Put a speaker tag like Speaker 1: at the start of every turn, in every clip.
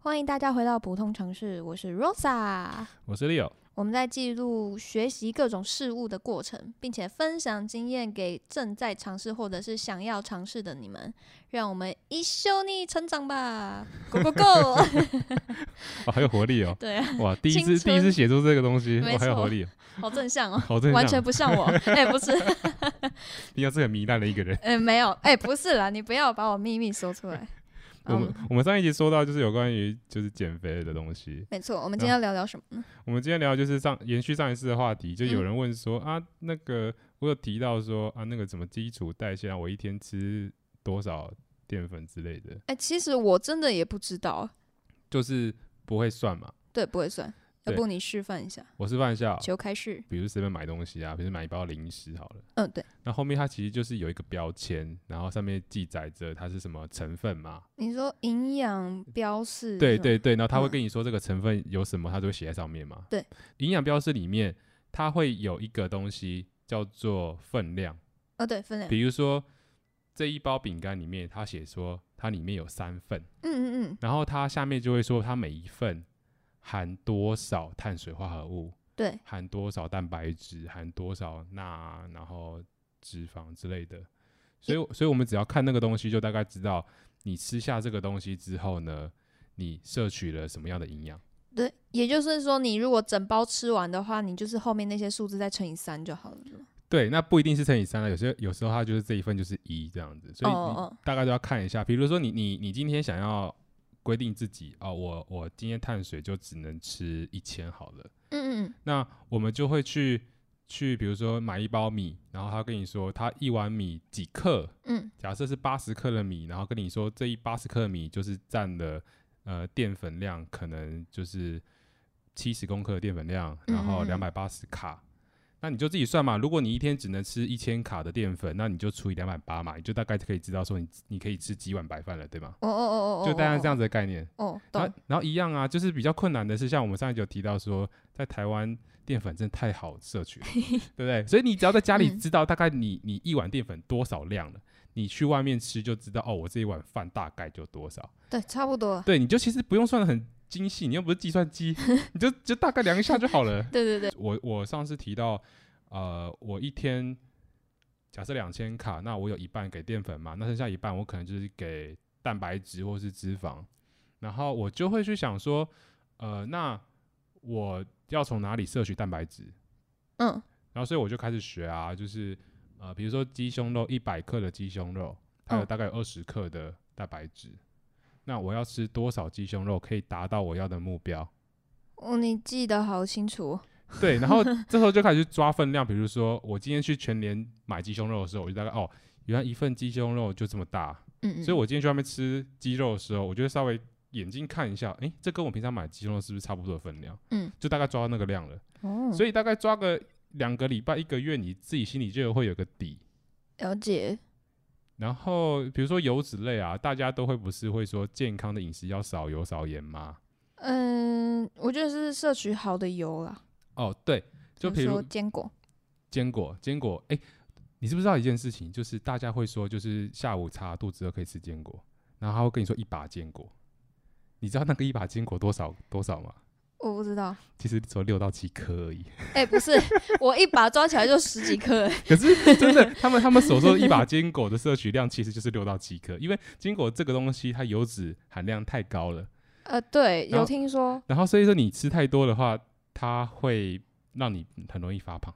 Speaker 1: 欢迎大家回到普通城市，我是 Rosa。
Speaker 2: 我是 Leo。
Speaker 1: 我们在记录学习各种事物的过程，并且分享经验给正在尝试或者是想要尝试的你们。让我们一修你成长吧，Go Go Go！
Speaker 2: 哦，好有活
Speaker 1: ！
Speaker 2: 力哦
Speaker 1: 对啊，
Speaker 2: 哇，第一次
Speaker 1: 青春
Speaker 2: 第一次写出这个东西，
Speaker 1: 没
Speaker 2: 哇，好有
Speaker 1: 错
Speaker 2: 活力哦，
Speaker 1: 好正向哦，
Speaker 2: 好正
Speaker 1: 完
Speaker 2: 向
Speaker 1: 全
Speaker 2: 哦。
Speaker 1: 不像 我。哎、不是，
Speaker 2: 你要是很糜烂的一个人。
Speaker 1: 哎、没有，哎、不是啦，你不要把我秘密说出来。
Speaker 2: 我
Speaker 1: 嗯
Speaker 2: 们，我们上一集说到就是有关于就是减肥的东西。
Speaker 1: 没错，我们今天要聊聊什么呢？
Speaker 2: 我们今天聊就是上延续上一次的话题，就有
Speaker 1: 嗯
Speaker 2: 人问说啊，那个我有提到说啊，那个什么基础代谢啊，我一天吃多少淀粉之类的，
Speaker 1: 哎、其实我真的也不知道，
Speaker 2: 就是不会算嘛。
Speaker 1: 对，不会算。要
Speaker 2: 对
Speaker 1: 不你示范一下？
Speaker 2: 我示范一下哦，
Speaker 1: 求开始。
Speaker 2: 比如随便买东西啊，比如买一包零食好了。
Speaker 1: 嗯，对，
Speaker 2: 那后面它其实就是有一个标签，然后上面记载着它是什么成分嘛。
Speaker 1: 你说营养标示是吗，
Speaker 2: 对对对，然后他会
Speaker 1: 嗯
Speaker 2: 跟你说这个成分有什么，他就会写在上面嘛。
Speaker 1: 对，
Speaker 2: 营养标识里面它会有一个东西叫做分量，
Speaker 1: 哦，对，分量，
Speaker 2: 比如说这一包饼干里面，它写说它里面有三份，
Speaker 1: 嗯嗯嗯，
Speaker 2: 然后它下面就会说它每一份含多少碳水化合物，
Speaker 1: 对，
Speaker 2: 含多少蛋白质，含多少钠，然后脂肪之类的。所以，所以我们只要看那个东西，就大概知道你吃下这个东西之后呢，你摄取了什么样的营养。
Speaker 1: 对，也就是说，你如果整包吃完的话，你就是后面那些数字再乘以三就好了。
Speaker 2: 对，那不一定是乘以三了，有些有时候它就是这一份就是一这样子，所以
Speaker 1: 哦哦
Speaker 2: 你大概都要看一下。比如说你你你今天想要规定自己哦，我我今天碳水就只能吃一千好了，
Speaker 1: 嗯嗯嗯，
Speaker 2: 那我们就会去去比如说买一包米，然后他跟你说他一碗米几克，
Speaker 1: 嗯，
Speaker 2: 假设是八十克的米，然后跟你说这一八十克的米就是占了呃淀粉量可能就是七十公克的淀粉量，然后
Speaker 1: 嗯嗯
Speaker 2: 两百八十卡。那你就自己算嘛，如果你一天只能吃一千卡的淀粉，那你就除以两百八嘛，你就大概可以知道说你你可以吃几碗白饭了，对吗？
Speaker 1: 哦哦哦哦，
Speaker 2: 就大概
Speaker 1: 哦
Speaker 2: 这样。子的概念。
Speaker 1: 哦，
Speaker 2: 然
Speaker 1: 懂
Speaker 2: 后。然后一样啊，就是比较困难的是，像我们上一集有提到说，在台湾淀粉真的太好 摄取了，对不对？所以你只要在家里
Speaker 1: 嗯
Speaker 2: 知道大概你你一碗淀粉多少量了，你去外面吃就知道哦，我这一碗饭大概就多少。
Speaker 1: 对，差不多了。
Speaker 2: 对，你就其实不用算的很精细，你又不是计算 机，你就就大概量一下就好了。
Speaker 1: 对对对，
Speaker 2: 我我上次提到，呃，我一天假设两千卡，那我有一半给淀粉嘛，那剩下一半我可能就是给蛋白质或是脂肪，然后我就会去想说，呃，那我要从哪里摄取蛋白质？
Speaker 1: 嗯，
Speaker 2: 然后所以我就开始学啊，就是呃，比如说鸡胸肉一百克的鸡胸肉，它有
Speaker 1: 嗯
Speaker 2: 大概有二十克的蛋白质，那我要吃多少鸡胸肉可以达到我要的目标？
Speaker 1: 哦，你记得好清楚哦。
Speaker 2: 对，然后这时候就开始去抓分量，比如说我今天去全联买鸡胸肉的时候，我就大概哦，原来一份鸡胸肉就这么大，
Speaker 1: 嗯嗯，
Speaker 2: 所以我今天去外面吃鸡肉的时候，我就会稍微眼睛看一下，诶，这跟我平常买鸡胸肉是不是差不多的分量？
Speaker 1: 嗯，
Speaker 2: 就大概抓到那个量了。
Speaker 1: 哦，
Speaker 2: 所以大概抓个两个礼拜、一个月，你自己心里就会有个底。
Speaker 1: 了解。
Speaker 2: 然后比如说油脂类啊，大家都会不是会说健康的饮食要少油少盐吗？
Speaker 1: 嗯，我觉得是摄取好的油啦，
Speaker 2: 哦，对，就
Speaker 1: 比
Speaker 2: 比
Speaker 1: 如
Speaker 2: 如
Speaker 1: 说坚果。
Speaker 2: 坚果，坚果，哎、你知不知道一件事情？就是大家会说，就是下午茶肚子饿可以吃坚果，然后他会跟你说一把坚果，你知道那个一把坚果多少多少吗？
Speaker 1: 我不知道，
Speaker 2: 其实只有六到七颗而已。
Speaker 1: 哎、不是， 我一把抓起来就十几颗，
Speaker 2: 可是真的，他们他们所说的一把坚果的摄取量其实就是六到七颗，因为坚果这个东西它油脂含量太高了，
Speaker 1: 呃，对，
Speaker 2: 然
Speaker 1: 有
Speaker 2: 后
Speaker 1: 听说，
Speaker 2: 然后所以说你吃太多的话，它会让你很容易发胖。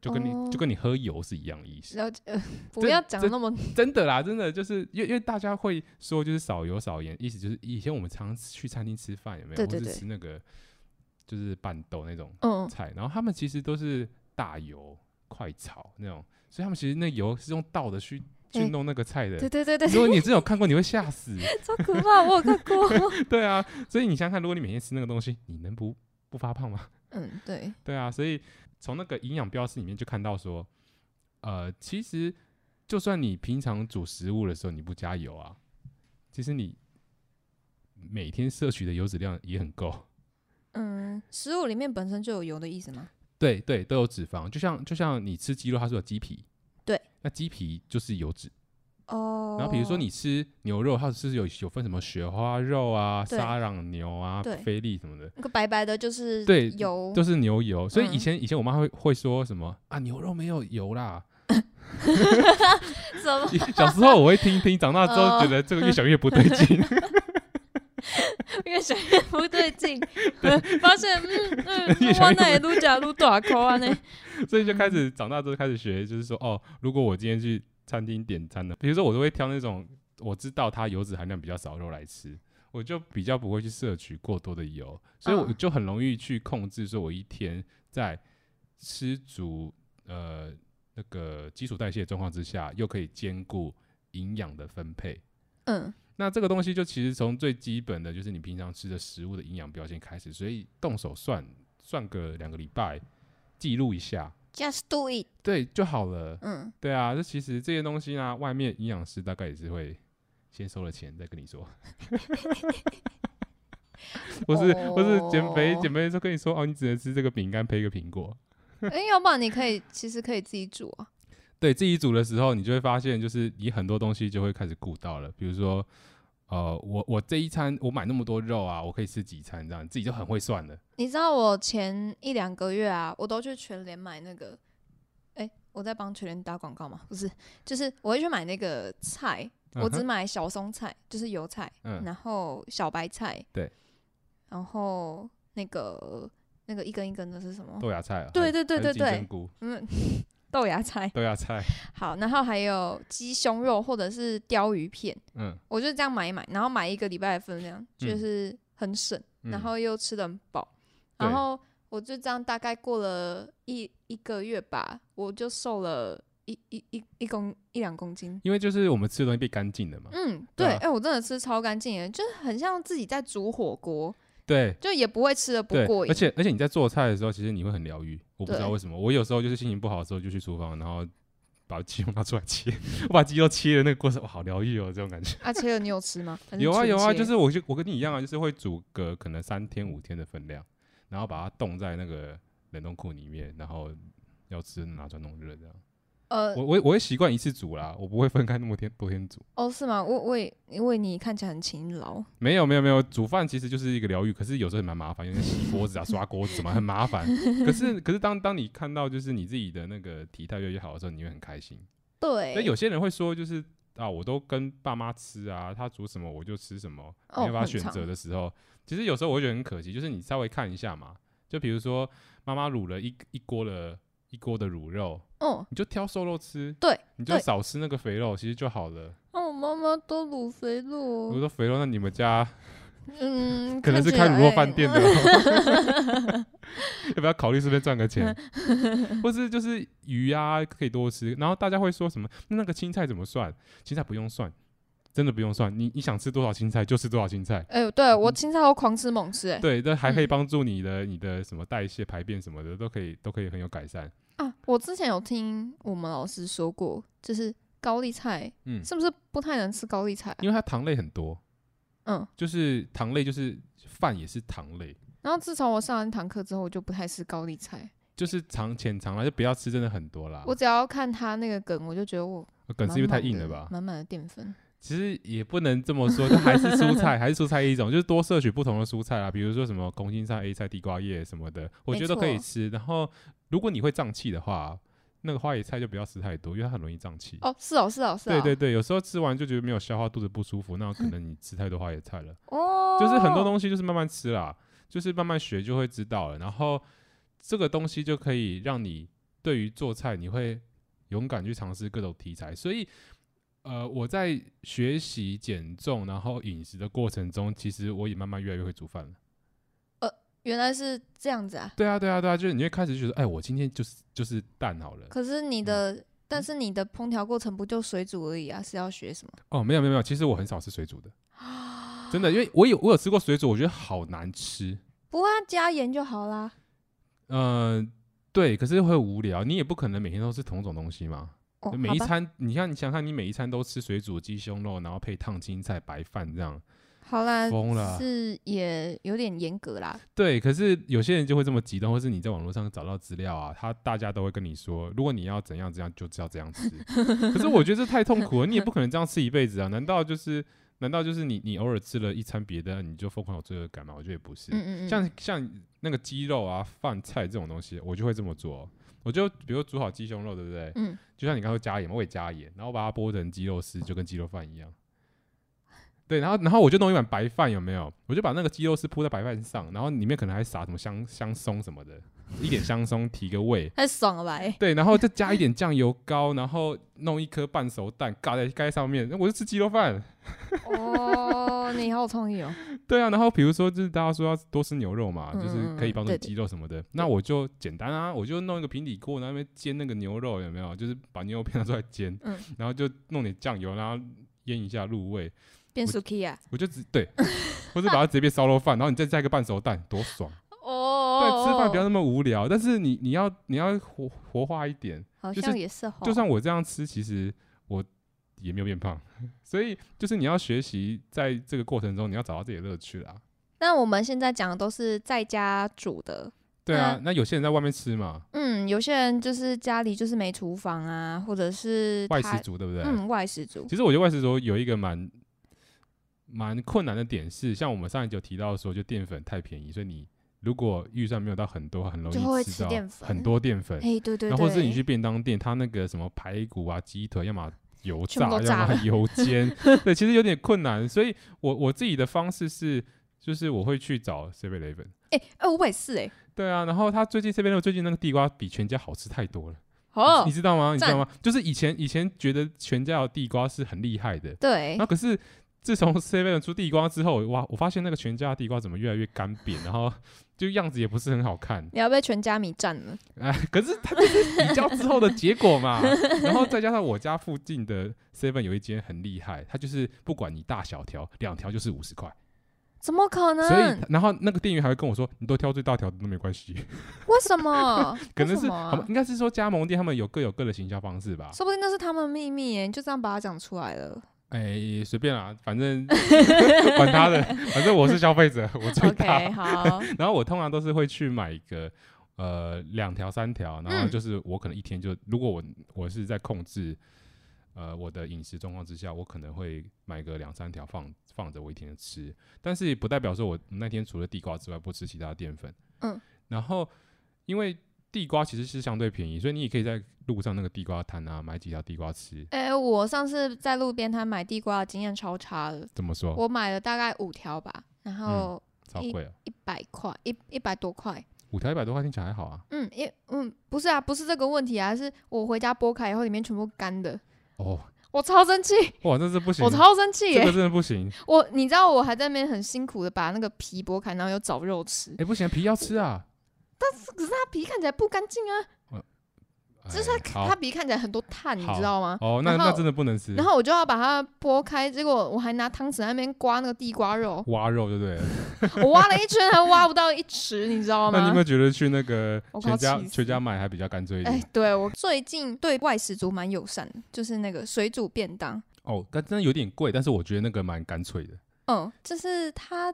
Speaker 2: 就跟你、就跟你喝油是一样的意思，
Speaker 1: 了解，呃、不
Speaker 2: 这
Speaker 1: 要讲
Speaker 2: 这
Speaker 1: 那么
Speaker 2: 真的啦，真的就是因为因为大家会说就是少油少盐，意思就是以前我们常去餐厅吃饭有没有，
Speaker 1: 对对
Speaker 2: 或
Speaker 1: 对
Speaker 2: 是吃那个就是拌豆那种
Speaker 1: 嗯，
Speaker 2: 菜，然后他们其实都是大油快炒那种，所以他们其实那油是用倒的去
Speaker 1: 哎
Speaker 2: 去弄那个菜的。
Speaker 1: 对对对对，
Speaker 2: 如果你真有看过，你会吓 死。
Speaker 1: 超可怕，我有看过。
Speaker 2: 对啊，所以你想想看，如果你每天吃那个东西，你能不不发胖吗？
Speaker 1: 嗯，对，
Speaker 2: 对啊，所以从那个营养标识里面就看到说，呃，其实就算你平常煮食物的时候你不加油啊，其实你每天摄取的油脂量也很够。
Speaker 1: 嗯，食物里面本身就有油的意思吗？
Speaker 2: 对对，都有脂肪，就像就像你吃鸡肉，它是有鸡皮。
Speaker 1: 对，
Speaker 2: 那鸡皮就是油脂。
Speaker 1: 哦。
Speaker 2: 然后比如说你吃牛肉，它是有有分什么雪花肉啊、
Speaker 1: 对
Speaker 2: 沙朗牛啊
Speaker 1: 对、
Speaker 2: 菲力什么的，
Speaker 1: 那个白白的，就是
Speaker 2: 对
Speaker 1: 油，
Speaker 2: 都是牛油。所以以
Speaker 1: 嗯
Speaker 2: 前、以前我妈会会说什么啊，牛肉没有油啦。
Speaker 1: 怎么
Speaker 2: 小时候我会听听，长大之后
Speaker 1: 哦
Speaker 2: 觉得这个越想越不对劲。
Speaker 1: 越想越不对 劲？发现嗯
Speaker 2: 越
Speaker 1: 嗯，
Speaker 2: 想
Speaker 1: 我那
Speaker 2: 越
Speaker 1: 撸假撸大口啊呢？
Speaker 2: 所以就开始长大之后开始学，就是说哦，如果我今天去餐厅点餐的，比如说我都会挑那种我知道它油脂含量比较少的肉来吃，我就比较不会去摄取过多的油，所以我
Speaker 1: 嗯
Speaker 2: 就很容易去控制，说我一天在吃足呃那个基础代谢的状况之下，又可以兼顾营养的分配。
Speaker 1: 嗯，
Speaker 2: 那这个东西就其实从最基本的就是你平常吃的食物的营养标签开始，所以动手算算个两个礼拜，记录一下，
Speaker 1: Just do it。
Speaker 2: 对就好了。
Speaker 1: 嗯，
Speaker 2: 对啊，这其实这些东西呢，外面营养师大概也是会先收了钱再跟你说， 不是不是减肥
Speaker 1: 哦
Speaker 2: 减肥的时候跟你说哦，你只能吃这个饼干配一个苹果。
Speaker 1: 哎，要不然你可以，其实可以自己煮啊。
Speaker 2: 对自己煮的时候，你就会发现，就是你很多东西就会开始顾到了，比如说。呃，我我这一餐我买那么多肉啊，我可以吃几餐这样，自己就很会算了。
Speaker 1: 你知道我前一两个月啊，我都去全联买那个，哎、我在帮全联打广告吗？不是，就是我会去买那个菜，我
Speaker 2: 嗯
Speaker 1: 只
Speaker 2: 哼
Speaker 1: 买小松菜，就是油菜，
Speaker 2: 嗯
Speaker 1: 然后小白菜，
Speaker 2: 对，
Speaker 1: 然后那个那个一根一根的是什么？
Speaker 2: 豆芽菜啊，
Speaker 1: 对
Speaker 2: 还
Speaker 1: 对对
Speaker 2: 还
Speaker 1: 对
Speaker 2: 是金针
Speaker 1: 对
Speaker 2: 菇
Speaker 1: 嗯，豆芽菜。
Speaker 2: 豆芽菜，
Speaker 1: 好，然后还有鸡胸肉或者是鲷鱼片，
Speaker 2: 嗯，
Speaker 1: 我就这样买一买，然后买一个礼拜的分量，就是很省。
Speaker 2: 嗯
Speaker 1: 然后又吃的很饱，
Speaker 2: 对
Speaker 1: 然后我就这样大概过了一一个月吧，我就瘦了一一一一公一两公斤。
Speaker 2: 因为就是我们吃的东西变干净了嘛，
Speaker 1: 嗯，
Speaker 2: 对
Speaker 1: 对，
Speaker 2: 啊
Speaker 1: 哎、我真的吃超干净的，就是很像自己在煮火锅，
Speaker 2: 对
Speaker 1: 就也不会吃的不
Speaker 2: 对，
Speaker 1: 过瘾。
Speaker 2: 而且而且你在做菜的时候，其实你会很疗愈，我不知道
Speaker 1: 对
Speaker 2: 为什么，我有时候就是心情不好的时候就去厨房，然后把鸡肉拿出来切， 我把鸡肉切的那个过程，哇，好疗愈哦，这种感觉。
Speaker 1: 啊，切了你有吃 吗？还是
Speaker 2: 有啊
Speaker 1: 纯
Speaker 2: 有啊，
Speaker 1: 切
Speaker 2: 就是我就我跟你一样啊，就是会煮个可能三天五天的分量，然后把它冻在那个冷冻库里面，然后要吃拿出来弄热这样。
Speaker 1: 呃
Speaker 2: 我我我会习惯一次煮啦，我不会分开那么天多天煮。
Speaker 1: 哦是吗？我我也因为你看起来很勤劳，
Speaker 2: 没有没有没有，煮饭其实就是一个疗愈，可是有时候也蛮麻烦，因为洗锅子啊、刷锅子什么很麻烦。可是可是当当你看到就是你自己的那个体态越来越好的时候，你会很开心。
Speaker 1: 对，
Speaker 2: 那有些人会说就是啊，我都跟爸妈吃啊，他煮什么我就吃什么，
Speaker 1: 哦
Speaker 2: 没有办法
Speaker 1: 很
Speaker 2: 选
Speaker 1: 长
Speaker 2: 择的时候，其实有时候我会觉得很可惜，就是你稍微看一下嘛，就比如说妈妈卤了一一锅的一锅的卤肉，
Speaker 1: 哦
Speaker 2: 你就挑瘦肉吃，
Speaker 1: 对，
Speaker 2: 你就
Speaker 1: 对
Speaker 2: 少吃那个肥肉，其实就好了。
Speaker 1: 哦，我妈妈都卤肥
Speaker 2: 我
Speaker 1: 肉，
Speaker 2: 说肥肉，那你们家？
Speaker 1: 嗯，
Speaker 2: 可能是
Speaker 1: 起
Speaker 2: 开卤肉
Speaker 1: 来
Speaker 2: 饭店 的哦，要不要考虑顺便赚个钱？或是就是鱼啊，可以多吃。然后大家会说什么？那那个青菜怎么算？青菜不用算，真的不用算。你你想吃多少青菜就吃多少青菜。
Speaker 1: 哎、对我青菜我狂吃猛吃、哎，
Speaker 2: 对，那还可以帮助你的、你的什么代谢、排便什么的，都可以都可以很有改善。
Speaker 1: 啊，我之前有听我们老师说过，就是高丽菜
Speaker 2: 嗯，
Speaker 1: 是不是不太能吃高丽菜啊、
Speaker 2: 因为它糖类很多，
Speaker 1: 嗯，
Speaker 2: 就是糖类就是饭也是糖类，
Speaker 1: 然后自从我上完堂课之后，我就不太吃高丽菜，
Speaker 2: 就是糖浅尝啦，就不要吃真的很多啦
Speaker 1: 我。只要看它那个梗，我就觉得我
Speaker 2: 啊梗是因为太硬了
Speaker 1: 满满的
Speaker 2: 吧？
Speaker 1: 满满的淀粉。
Speaker 2: 其实也不能这么说，这还是蔬菜， 还是蔬菜一种，就是多摄取不同的蔬菜啦，比如说什么空心菜、A 菜、地瓜叶什么的，我觉得都可以
Speaker 1: 没错
Speaker 2: 吃。然后，如果你会胀气的话，那个花椰菜就不要吃太多，因为它很容易胀气。
Speaker 1: 哦，是哦，是哦，是哦，
Speaker 2: 对对对，有时候吃完就觉得没有消化，肚子不舒服，那可能你吃太多花椰菜了。
Speaker 1: 哦，
Speaker 2: 就是很多东西就是慢慢吃啦，就是慢慢学就会知道了。然后这个东西就可以让你对于做菜，你会勇敢去尝试各种题材。所以，呃，我在学习减重然后饮食的过程中，其实我也慢慢越来越会煮饭了。
Speaker 1: 原来是这样子啊。
Speaker 2: 对啊，对啊，对啊，就是你会开始就觉得，哎，我今天就是就是蛋好了。
Speaker 1: 可是你的，
Speaker 2: 嗯
Speaker 1: 但是你的烹调过程不就水煮而已啊？是要学什么？
Speaker 2: 哦，没有没有没有，其实我很少吃水煮的，真的，因为我有我有吃过水煮，我觉得好难吃。
Speaker 1: 不过它加盐就好啦。
Speaker 2: 嗯、对，可是会无聊，你也不可能每天都吃同种东西嘛。
Speaker 1: 哦，
Speaker 2: 每
Speaker 1: 好
Speaker 2: 一
Speaker 1: 吧，
Speaker 2: 餐，你看，你想想看，你每一餐都吃水煮鸡胸肉，然后配烫青菜、白饭这样，
Speaker 1: 好啦，
Speaker 2: 疯了啊
Speaker 1: 是也有点严格啦。
Speaker 2: 对，可是有些人就会这么极端，或是你在网络上找到资料啊，他大家都会跟你说，如果你要怎样怎样，就是要这样吃。可是我觉得这太痛苦了，你也不可能这样吃一辈子啊！难道就是难道就是你你偶尔吃了一餐别的，你就疯狂有罪恶感吗？我觉得也不是。
Speaker 1: 嗯嗯嗯，
Speaker 2: 像像那个鸡肉啊、饭菜这种东西，我就会这么做。我就比如煮好鸡胸肉，对不对？
Speaker 1: 嗯，
Speaker 2: 就像你刚才说加盐嘛，我也加盐，然后把它剥成鸡肉丝，就跟鸡肉饭一样。对，然后然后我就弄一碗白饭，有没有？我就把那个鸡肉丝铺在白饭上，然后里面可能还撒什么香香松什么的，一点香松提个味。
Speaker 1: 太爽了吧？欸
Speaker 2: 对，然后再加一点酱油膏，然后弄一颗半熟蛋盖在盖在上面，那我就吃鸡肉饭。
Speaker 1: 哦，你好有创意哦。
Speaker 2: 对啊，然后比如说就是大家说要多吃牛肉嘛，就是可以帮
Speaker 1: 嗯嗯
Speaker 2: 助
Speaker 1: 嗯对
Speaker 2: 肌肉什么的。那我就简单啊，我就弄一个平底锅，然后那边煎那个牛肉，有没有？就是把牛肉片拿出来煎，
Speaker 1: 嗯
Speaker 2: 然后就弄点酱油，然后腌一下入味。
Speaker 1: 变
Speaker 2: 我
Speaker 1: Suki 啊，
Speaker 2: 我就只对， 或者把它直接变烧肉饭，然后你再加一个半熟蛋，多爽！
Speaker 1: 哦，
Speaker 2: 对，吃饭不要那么无聊，但是你你要你要活活化一点。
Speaker 1: 好
Speaker 2: 就是
Speaker 1: 像也是哦吼，
Speaker 2: 就算我这样吃，其实我也没有变胖， 所以就是你要学习在这个过程中，你要找到自己的乐趣啦。
Speaker 1: 那我们现在讲的都是在家煮的，
Speaker 2: 对啊，
Speaker 1: 那
Speaker 2: 那有些人在外面吃嘛，
Speaker 1: 嗯，有些人就是家里就是没厨房啊，或者是
Speaker 2: 外
Speaker 1: 他
Speaker 2: 食族对不对？
Speaker 1: 嗯，外食族，
Speaker 2: 其实我觉得外食族有一个蛮蛮困难的点是，像我们上一集有提到说，就淀粉太便宜，所以你如果预算没有到很多，很容
Speaker 1: 就会
Speaker 2: 易
Speaker 1: 吃
Speaker 2: 到
Speaker 1: 淀粉
Speaker 2: 很多淀粉。
Speaker 1: 哎，对对
Speaker 2: 然后或者是你
Speaker 1: 对，
Speaker 2: 去便当店，它那个什么排骨啊、鸡腿，要么油
Speaker 1: 全
Speaker 2: 炸，
Speaker 1: 部都炸
Speaker 2: 要么油煎， 对，其实有点困难。所以我我自己的方式是，就是我会去找 Seven Eleven。
Speaker 1: 哎哎，我也是哎，
Speaker 2: 对啊，然后他最近 Seven Eleven 最近那个地瓜比全家好吃太多了。
Speaker 1: 哦
Speaker 2: 你，知道吗？你知道
Speaker 1: 赞
Speaker 2: 吗？就是以前以前觉得全家的地瓜是很厉害的，
Speaker 1: 对
Speaker 2: 然后，可是自从 Seven 出地瓜之后，哇，我发现那个全家的地瓜怎么越来越干瘪，然后就样子也不是很好看。
Speaker 1: 你要被全家米占了，
Speaker 2: 哎，可是它就是比较之后的结果嘛。 然后再加上我家附近的 Seven 有一间很厉害，它就是不管你大小条，两条就是五十块。
Speaker 1: 怎么可
Speaker 2: 所以
Speaker 1: 能？，
Speaker 2: 然后那个店员还会跟我说，你都挑最大条的都没关系。
Speaker 1: 为什么？
Speaker 2: 可能
Speaker 1: 为什
Speaker 2: 是
Speaker 1: 么
Speaker 2: 好吧
Speaker 1: 啊？
Speaker 2: 应该是说加盟店他们有各有各的行销方式吧。
Speaker 1: 说不定那是他们的秘密耶，你就这样把它讲出来了。
Speaker 2: 哎，随便啦，反正 管他的，反正我是消费者，我最大。
Speaker 1: OK，好，
Speaker 2: 然后我通常都是会去买一个呃两条三条，然后
Speaker 1: 嗯
Speaker 2: 就是我可能一天就，如果我我是在控制呃我的饮食状况之下，我可能会买个两三条放放着我一天吃，但是也不代表说我那天除了地瓜之外不吃其他淀粉。
Speaker 1: 嗯，
Speaker 2: 然后因为地瓜其实是相对便宜，所以你也可以在路上那个地瓜摊啊买几条地瓜吃。
Speaker 1: 哎、我上次在路边摊买地瓜的经验超差的，
Speaker 2: 怎么说？
Speaker 1: 我买了大概五条吧，
Speaker 2: 嗯
Speaker 1: 然后
Speaker 2: 超贵啊！
Speaker 1: 一百块，一一百多块。
Speaker 2: 五条一百多块听起来还好啊。
Speaker 1: 嗯，一嗯，不是啊，不是这个问题啊，是我回家剥开以后里面全部干的，
Speaker 2: 哦，
Speaker 1: 我超生气，
Speaker 2: 哇，这是不行，
Speaker 1: 我超生气耶、
Speaker 2: 这个真的不行。
Speaker 1: 我你知道我还在那边很辛苦的把那个皮剥开，然后又找肉吃，
Speaker 2: 哎，不行，皮要吃啊。
Speaker 1: 可是它皮看起来不干净啊， 就是它
Speaker 2: 哎好
Speaker 1: 它皮看起来很多碳，你
Speaker 2: 好
Speaker 1: 知道吗？
Speaker 2: 哦，那
Speaker 1: 然
Speaker 2: 那
Speaker 1: 后
Speaker 2: 真的不能吃。，
Speaker 1: 然后我就要把它剥开，结果我还拿汤匙在那边刮那个地瓜肉
Speaker 2: 挖肉，对不对了？
Speaker 1: 我挖了一圈还挖不到一尺，你知道
Speaker 2: 那你有没
Speaker 1: 吗
Speaker 2: 有？觉得去那个
Speaker 1: 我
Speaker 2: 全
Speaker 1: 靠
Speaker 2: 家
Speaker 1: 气死
Speaker 2: 全家买还比较干脆一
Speaker 1: 哎
Speaker 2: 点？，
Speaker 1: 对我最近对外食族蛮友善的，就是那个水煮便当，
Speaker 2: 哦，但真的有点贵，但是我觉得那个蛮干脆的。
Speaker 1: 嗯，就是它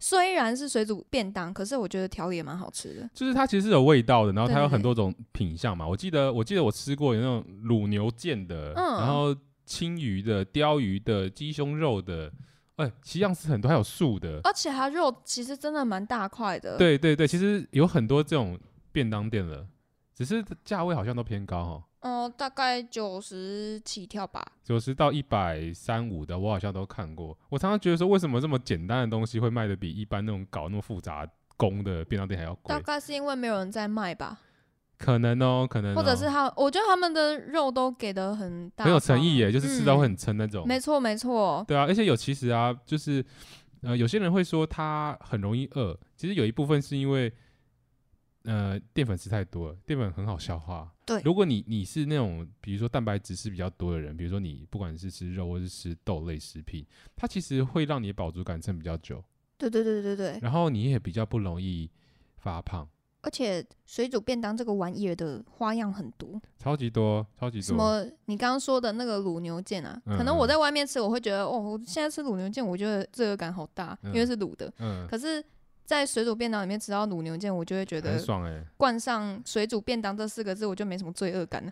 Speaker 1: 虽然是水煮便当，可是我觉得调理也蛮好吃的。
Speaker 2: 就是它其实是有味道的，然后它
Speaker 1: 对
Speaker 2: 有
Speaker 1: 对
Speaker 2: 很多种品相嘛。我记得我记得我吃过有那种卤牛腱的，
Speaker 1: 嗯
Speaker 2: 然后青鱼的、鲷鱼的、鸡胸肉的，哎，其实样式很多，还有素的。
Speaker 1: 而且它肉其实真的蛮大块的，，
Speaker 2: 对对对，其实有很多这种便当店了，只是价位好像都偏高哦。
Speaker 1: 哦、大概九十起跳吧。
Speaker 2: 九十到一百三五的，我好像都看过。我常常觉得说，为什么这么简单的东西会卖的比一般那种搞那么复杂工的便当店还要贵
Speaker 1: 大？概是因为没有人在卖吧，
Speaker 2: 可能哦，可能哦、
Speaker 1: 或者是他，我觉得他们的肉都给的很大，嗯
Speaker 2: 很有诚意。耶，就是吃到会很撑那种。
Speaker 1: 没错，没错，
Speaker 2: 对啊，而且有其实啊，就是呃，有些人会说他很容易饿，其实有一部分是因为呃淀粉吃太多了，淀粉很好消化。
Speaker 1: 对
Speaker 2: 如果你你是那种比如说蛋白质吃比较多的人，比如说你不管是吃肉或是吃豆类食品，它其实会让你的饱足感撑比较久，
Speaker 1: 对对对对对。
Speaker 2: 然后你也比较不容易发胖。
Speaker 1: 而且水煮便当这个玩意儿的花样很多，
Speaker 2: 超级多，超级
Speaker 1: 什
Speaker 2: 多。
Speaker 1: 么你刚刚说的那个卤牛腱啊，可
Speaker 2: 嗯
Speaker 1: 能
Speaker 2: 嗯
Speaker 1: 我在外面吃，我会觉得哦，我现在吃卤牛腱，我觉得罪恶感好大，因为
Speaker 2: 嗯
Speaker 1: 是卤的。
Speaker 2: 嗯，
Speaker 1: 可是，在水煮便当里面吃到卤牛腱，我就会觉
Speaker 2: 很
Speaker 1: 得
Speaker 2: 爽哎、
Speaker 1: 冠上“水煮便当”这四个字，我就没什么罪恶感 了。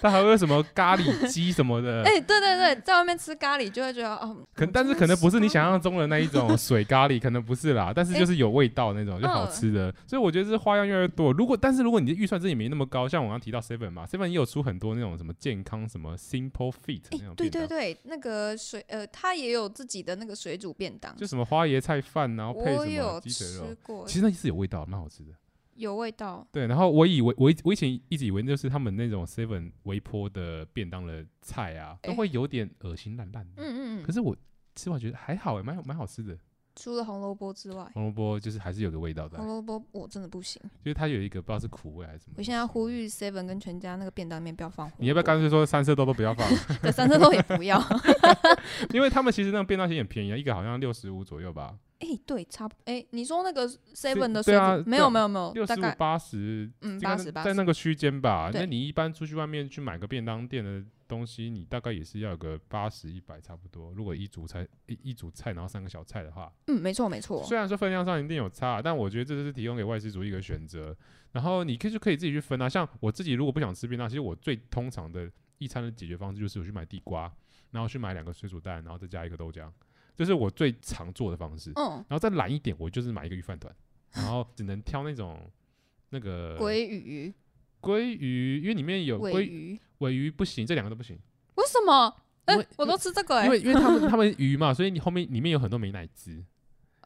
Speaker 2: 它还会有什么咖喱鸡什么的，
Speaker 1: 哎、对对对，在外面吃咖喱就会觉得哦，
Speaker 2: 可
Speaker 1: 我
Speaker 2: 但
Speaker 1: 今
Speaker 2: 是
Speaker 1: 天
Speaker 2: 可能不是你
Speaker 1: 吃咖
Speaker 2: 想象中的那一 种水咖喱，可能不是啦，但是
Speaker 1: 诶
Speaker 2: 就是有味道那种，就好
Speaker 1: 哎嗯
Speaker 2: 吃的。所以我觉得这花样越来越多。如果但是如果你的预算真的也没那么高，像我刚刚提到 Seven 嘛，Seven 也有出很多那种什么健康什么 Simple Fit
Speaker 1: 喱。
Speaker 2: 那
Speaker 1: 哎、
Speaker 2: 种
Speaker 1: 对
Speaker 2: 便
Speaker 1: 对
Speaker 2: 当，
Speaker 1: 对，那个水呃，他也有自己的那个水煮便当，
Speaker 2: 就什么花椰菜饭，然后配
Speaker 1: 我
Speaker 2: 什么
Speaker 1: 有
Speaker 2: 鸡腿
Speaker 1: 吃
Speaker 2: 肉，
Speaker 1: 过
Speaker 2: 其，实那是有味道，蛮好吃的。
Speaker 1: 有味道。
Speaker 2: 对，然后我以为我以我以前一直以为那就是他们那种 Seven 微波的便当的菜啊，都
Speaker 1: 诶
Speaker 2: 会有点恶心烂烂的。
Speaker 1: 哎嗯嗯
Speaker 2: 可
Speaker 1: 嗯，
Speaker 2: 是我吃完觉得还好、欸，蛮蛮好吃的。
Speaker 1: 除了红萝卜之外，
Speaker 2: 红萝卜就是还是有个味道在，啊
Speaker 1: 红萝卜我真的不行。
Speaker 2: 就是它有一个不知道是苦味还是什么。
Speaker 1: 我现在呼，吁 Seven 跟全家那个便当里面不要放红萝卜，
Speaker 2: 你要不要干脆说三色豆都不要 放？
Speaker 1: 对三色豆也不要？
Speaker 2: 因为他们其实那种便当其实很便宜啊，一个好像六十五左右吧，
Speaker 1: 哎、对，差不哎、你说那个 Seven 的
Speaker 2: 对
Speaker 1: 水
Speaker 2: 啊
Speaker 1: 煮
Speaker 2: 对
Speaker 1: 没
Speaker 2: 啊
Speaker 1: 有没有没有，
Speaker 2: 六十
Speaker 1: 哦大
Speaker 2: 五
Speaker 1: 概
Speaker 2: 八十，
Speaker 1: 嗯
Speaker 2: 这
Speaker 1: 八
Speaker 2: 个
Speaker 1: 十八
Speaker 2: 在
Speaker 1: 十
Speaker 2: 那个区间吧。
Speaker 1: 对
Speaker 2: 那你一般出去外面去买个便当店的东西，你大概也是要有个八十一百差不多。如果一组菜一一组菜，然后三个小菜的话，
Speaker 1: 嗯，没错没错。
Speaker 2: 虽然说分量上一定有差，啊但我觉得这就是提供给外事族一个选择。然后你可以就可以自己去分啊。像我自己如果不想吃便当，其实我最通常的一餐的解决方式就是我去买地瓜，然后去买两个水煮蛋，然后再加一个豆浆，这是我最常做的方式。
Speaker 1: 嗯，
Speaker 2: 然后再懒一点，我就是买一个鱼饭团，然后只能挑那种那个
Speaker 1: 鲑鱼、
Speaker 2: 鲑鱼，因为里面有
Speaker 1: 尾
Speaker 2: 鲑
Speaker 1: 鱼，
Speaker 2: 尾鱼不行，这两个都不行，
Speaker 1: 为什么？哎、
Speaker 2: 因为
Speaker 1: 我都吃这个哎、
Speaker 2: 因为因为 他们他们鱼嘛，所以你后面里面有很多美乃滋，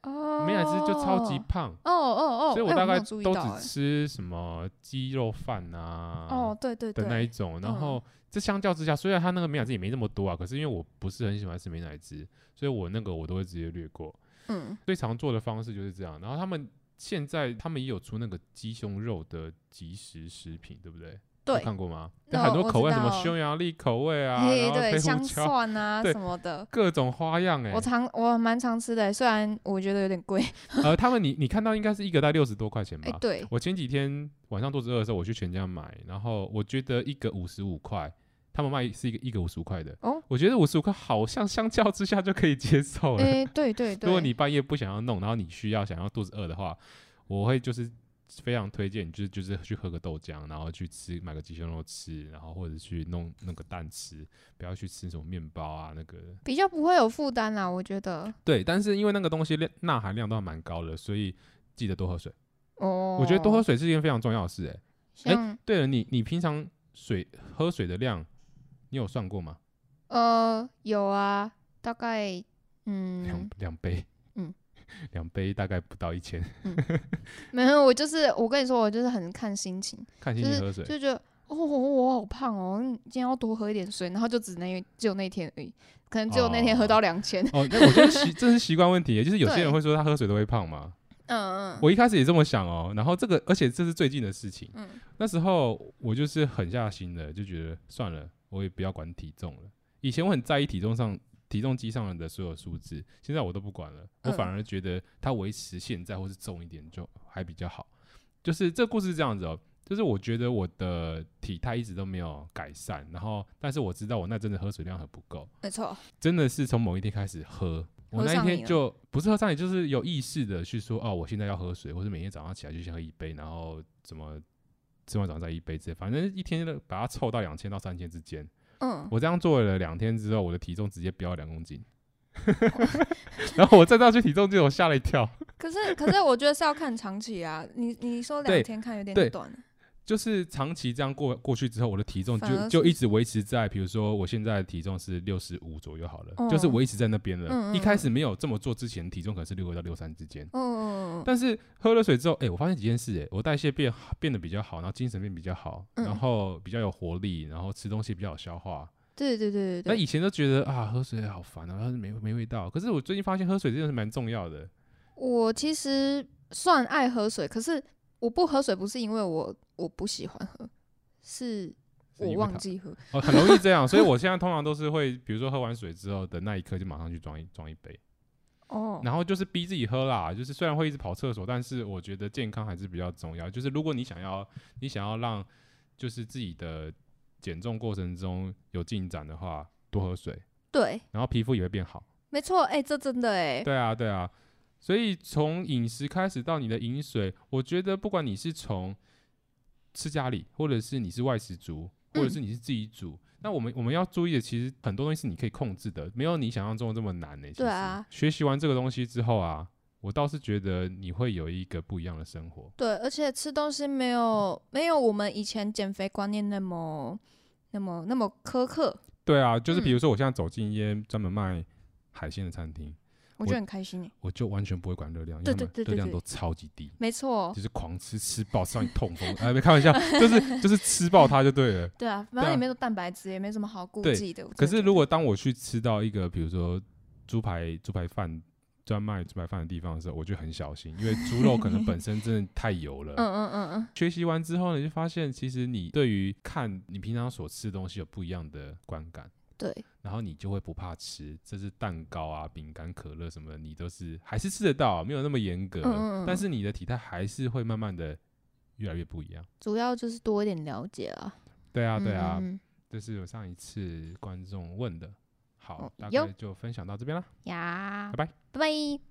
Speaker 1: 哦，
Speaker 2: 美乃滋就超级胖。
Speaker 1: 哦哦哦，
Speaker 2: 所以
Speaker 1: 哎
Speaker 2: 我大
Speaker 1: 没
Speaker 2: 概
Speaker 1: 有注意
Speaker 2: 都
Speaker 1: 到哎
Speaker 2: 只吃什么鸡肉饭啊，
Speaker 1: 哦，对对
Speaker 2: 的那一
Speaker 1: 对，
Speaker 2: 种。
Speaker 1: 嗯
Speaker 2: 然后这相较之下，虽然它那个美乃滋也没那么多啊，可是因为我不是很喜欢吃美乃滋，所以我那个我都会直接略过。
Speaker 1: 嗯，
Speaker 2: 最常做的方式就是这样。然后他们现在他们也有出那个鸡胸肉的即食食品，对不对？
Speaker 1: 对
Speaker 2: 有看过吗？
Speaker 1: 有
Speaker 2: 有很多
Speaker 1: 我
Speaker 2: 口味，
Speaker 1: 知
Speaker 2: 什么
Speaker 1: 道
Speaker 2: 匈牙利口味啊，然
Speaker 1: 嘿，
Speaker 2: 后黑
Speaker 1: 对，香
Speaker 2: 胡椒，
Speaker 1: 蒜啊
Speaker 2: 对
Speaker 1: 什么的，
Speaker 2: 各种花样哎、
Speaker 1: 我常我蛮常吃的哎、虽然我觉得有点贵，
Speaker 2: 呃，他们你你看到应该是一个在六十多块钱吧？
Speaker 1: 哎、对，
Speaker 2: 我前几天晚上肚子饿的时候，我去全家买，然后我觉得一个五十五块，他们卖是一个一个五十五块的，
Speaker 1: 哦
Speaker 2: 我觉得五十五块好像相较之下就可以接受了。
Speaker 1: 哎、对对对，
Speaker 2: 如果你半夜不想要弄，然后你需要想要肚子饿的话，我会就是非常推荐，你就是就是去喝个豆浆，然后去吃买个鸡胸肉吃，然后或者去弄那个蛋吃，不要去吃什么面包啊那个。
Speaker 1: 比较不会有负担啦，我觉得，
Speaker 2: 对，但是因为那个东西量钠含量都还蛮高的，所以记得多喝水。
Speaker 1: 哦，
Speaker 2: 我觉得多喝水是一件非常重要的事、欸，哎
Speaker 1: 像、
Speaker 2: 对了，你你平常水喝水的量，你有算过吗？
Speaker 1: 呃有啊，大概
Speaker 2: 两
Speaker 1: 嗯，
Speaker 2: 两杯，
Speaker 1: 嗯，
Speaker 2: 两杯大概不到一千，
Speaker 1: 没有，我就是我跟你说，我就是很看心情，
Speaker 2: 看心
Speaker 1: 就
Speaker 2: 情
Speaker 1: 是
Speaker 2: 喝水。
Speaker 1: 就觉得哦，我好胖哦，嗯今天要多喝一点水，然后就只能只有那天而已，可能只有那天喝到两千、
Speaker 2: 哦，那我觉得习这是习惯问题，就是有些
Speaker 1: 对
Speaker 2: 人会说他喝水都会胖嘛。
Speaker 1: 嗯嗯，
Speaker 2: 我一开始也这么想哦，然后这个，而且这是最近的事情。
Speaker 1: 嗯
Speaker 2: 那时候我就是狠下心了，就觉得算了，我也不要管体重了。以前我很在意体重上、体重机上的所有数字，现在我都不管了。我
Speaker 1: 嗯
Speaker 2: 反而觉得它维持现在或是重一点就还比较好。就是这个故事是这样子哦，就是我觉得我的体态一直都没有改善，然后但是我知道我那阵子喝水量很不够，
Speaker 1: 没错，
Speaker 2: 真的是从某一天开始喝。我
Speaker 1: 喝
Speaker 2: 那一
Speaker 1: 上
Speaker 2: 天
Speaker 1: 瘾了
Speaker 2: 就不是喝上瘾，就是有意识的去说，哦，我现在要喝水，或者每天早上起来就先喝一杯，然后怎么吃完早上再一杯之类，反正一天把它凑到两千到三千之间。
Speaker 1: 嗯，
Speaker 2: 我这样做了两天之后，我的体重直接飙两 公斤， 然后我站上去体重计，我吓了一跳。
Speaker 1: 可是可是我觉得是要看长期啊，你你说
Speaker 2: 对
Speaker 1: 两天看有
Speaker 2: 对
Speaker 1: 点短，
Speaker 2: 就是长期这样过过去之后，我的体重
Speaker 1: 反而
Speaker 2: 就是就一直维持在，比如说我现在的体重是六十五左右好了，
Speaker 1: 哦
Speaker 2: 就是我一直在那边了。
Speaker 1: 嗯嗯
Speaker 2: 一开始没有这么做之前，体重可能是六二到六三之间。
Speaker 1: 嗯嗯嗯嗯，
Speaker 2: 但是喝了水之后，哎、我发现几件事、哎，我代谢变好变得比较好，然后精神变比较好，
Speaker 1: 嗯
Speaker 2: 然后比较有活力，然后吃东西比较有消化。
Speaker 1: 对对对
Speaker 2: 那
Speaker 1: 对对，
Speaker 2: 以前都觉得啊，喝水好烦啊，喝没没味道。可是我最近发现喝水真的是蛮重要的。
Speaker 1: 我其实算爱喝水，可是我不喝水不是因为我我不喜欢喝，是
Speaker 2: 是因
Speaker 1: 我
Speaker 2: 为
Speaker 1: 忘
Speaker 2: 它
Speaker 1: 记喝，
Speaker 2: 哦，很容易这样，所以我现在通常都是会，比如说喝完水之后的那一刻就马上去装一装一杯。
Speaker 1: 哦，
Speaker 2: 然后就是逼自己喝啦，就是虽然会一直跑厕所，但是我觉得健康还是比较重要。就是如果你想要，你想要让就是自己的减重过程中有进展的话，多喝水，
Speaker 1: 对，
Speaker 2: 然后皮肤也会变好。
Speaker 1: 没错，哎、这真的哎、
Speaker 2: 对啊，对啊。所以从饮食开始到你的饮水，我觉得不管你是从吃家里，或者是你是外食族，或者是你是自己煮，那我们我们要注意的，其实很多东西是你可以控制的，没有你想象中的这么难欸呢、其
Speaker 1: 对
Speaker 2: 实
Speaker 1: 啊
Speaker 2: 学习完这个东西之后啊，我倒是觉得你会有一个不一样的生活。
Speaker 1: 对，而且吃东西没有没有我们以前减肥观念那么那么那么苛刻，
Speaker 2: 对啊，就是比
Speaker 1: 嗯
Speaker 2: 如说我现在走进一间专门卖海鲜的餐厅，
Speaker 1: 我觉得很开心哎、
Speaker 2: 我就完全不会管热量，因
Speaker 1: 对
Speaker 2: 为他
Speaker 1: 对
Speaker 2: 们
Speaker 1: 对对
Speaker 2: 热量
Speaker 1: 对
Speaker 2: 都超级低。
Speaker 1: 没错，
Speaker 2: 就是狂吃吃爆，吃到你痛风。 哎，没 开玩笑，就是就是吃爆它就对了。
Speaker 1: 对啊，
Speaker 2: 对
Speaker 1: 反正
Speaker 2: 啊
Speaker 1: 也没有蛋白质，也没什么好顾
Speaker 2: 对
Speaker 1: 忌的。我
Speaker 2: 可
Speaker 1: 真的
Speaker 2: 是
Speaker 1: 觉
Speaker 2: 如
Speaker 1: 得
Speaker 2: 果当我去吃到一个比如说猪排猪排饭专卖猪排饭的地方的时候，我就很小心，因为猪肉可能本身真的太油了。
Speaker 1: 嗯嗯嗯嗯，
Speaker 2: 学习完之后呢，你就发现其实你对于看你平常所吃的东西有不一样的观感，
Speaker 1: 对
Speaker 2: 然后你就会不怕吃，这是蛋糕啊、饼干、可乐什么的，你都是还是吃得到、没有那么严格，
Speaker 1: 嗯嗯嗯
Speaker 2: 但是你的体态还是会慢慢的越来越不一样。
Speaker 1: 主要就是多一点了解啊。
Speaker 2: 对啊，对啊，
Speaker 1: 嗯嗯
Speaker 2: 这是我上一次观众问的。好
Speaker 1: 哦，
Speaker 2: 大
Speaker 1: 有
Speaker 2: 概就分享到这边啦。
Speaker 1: 嗯呀，
Speaker 2: 拜拜，
Speaker 1: 拜拜。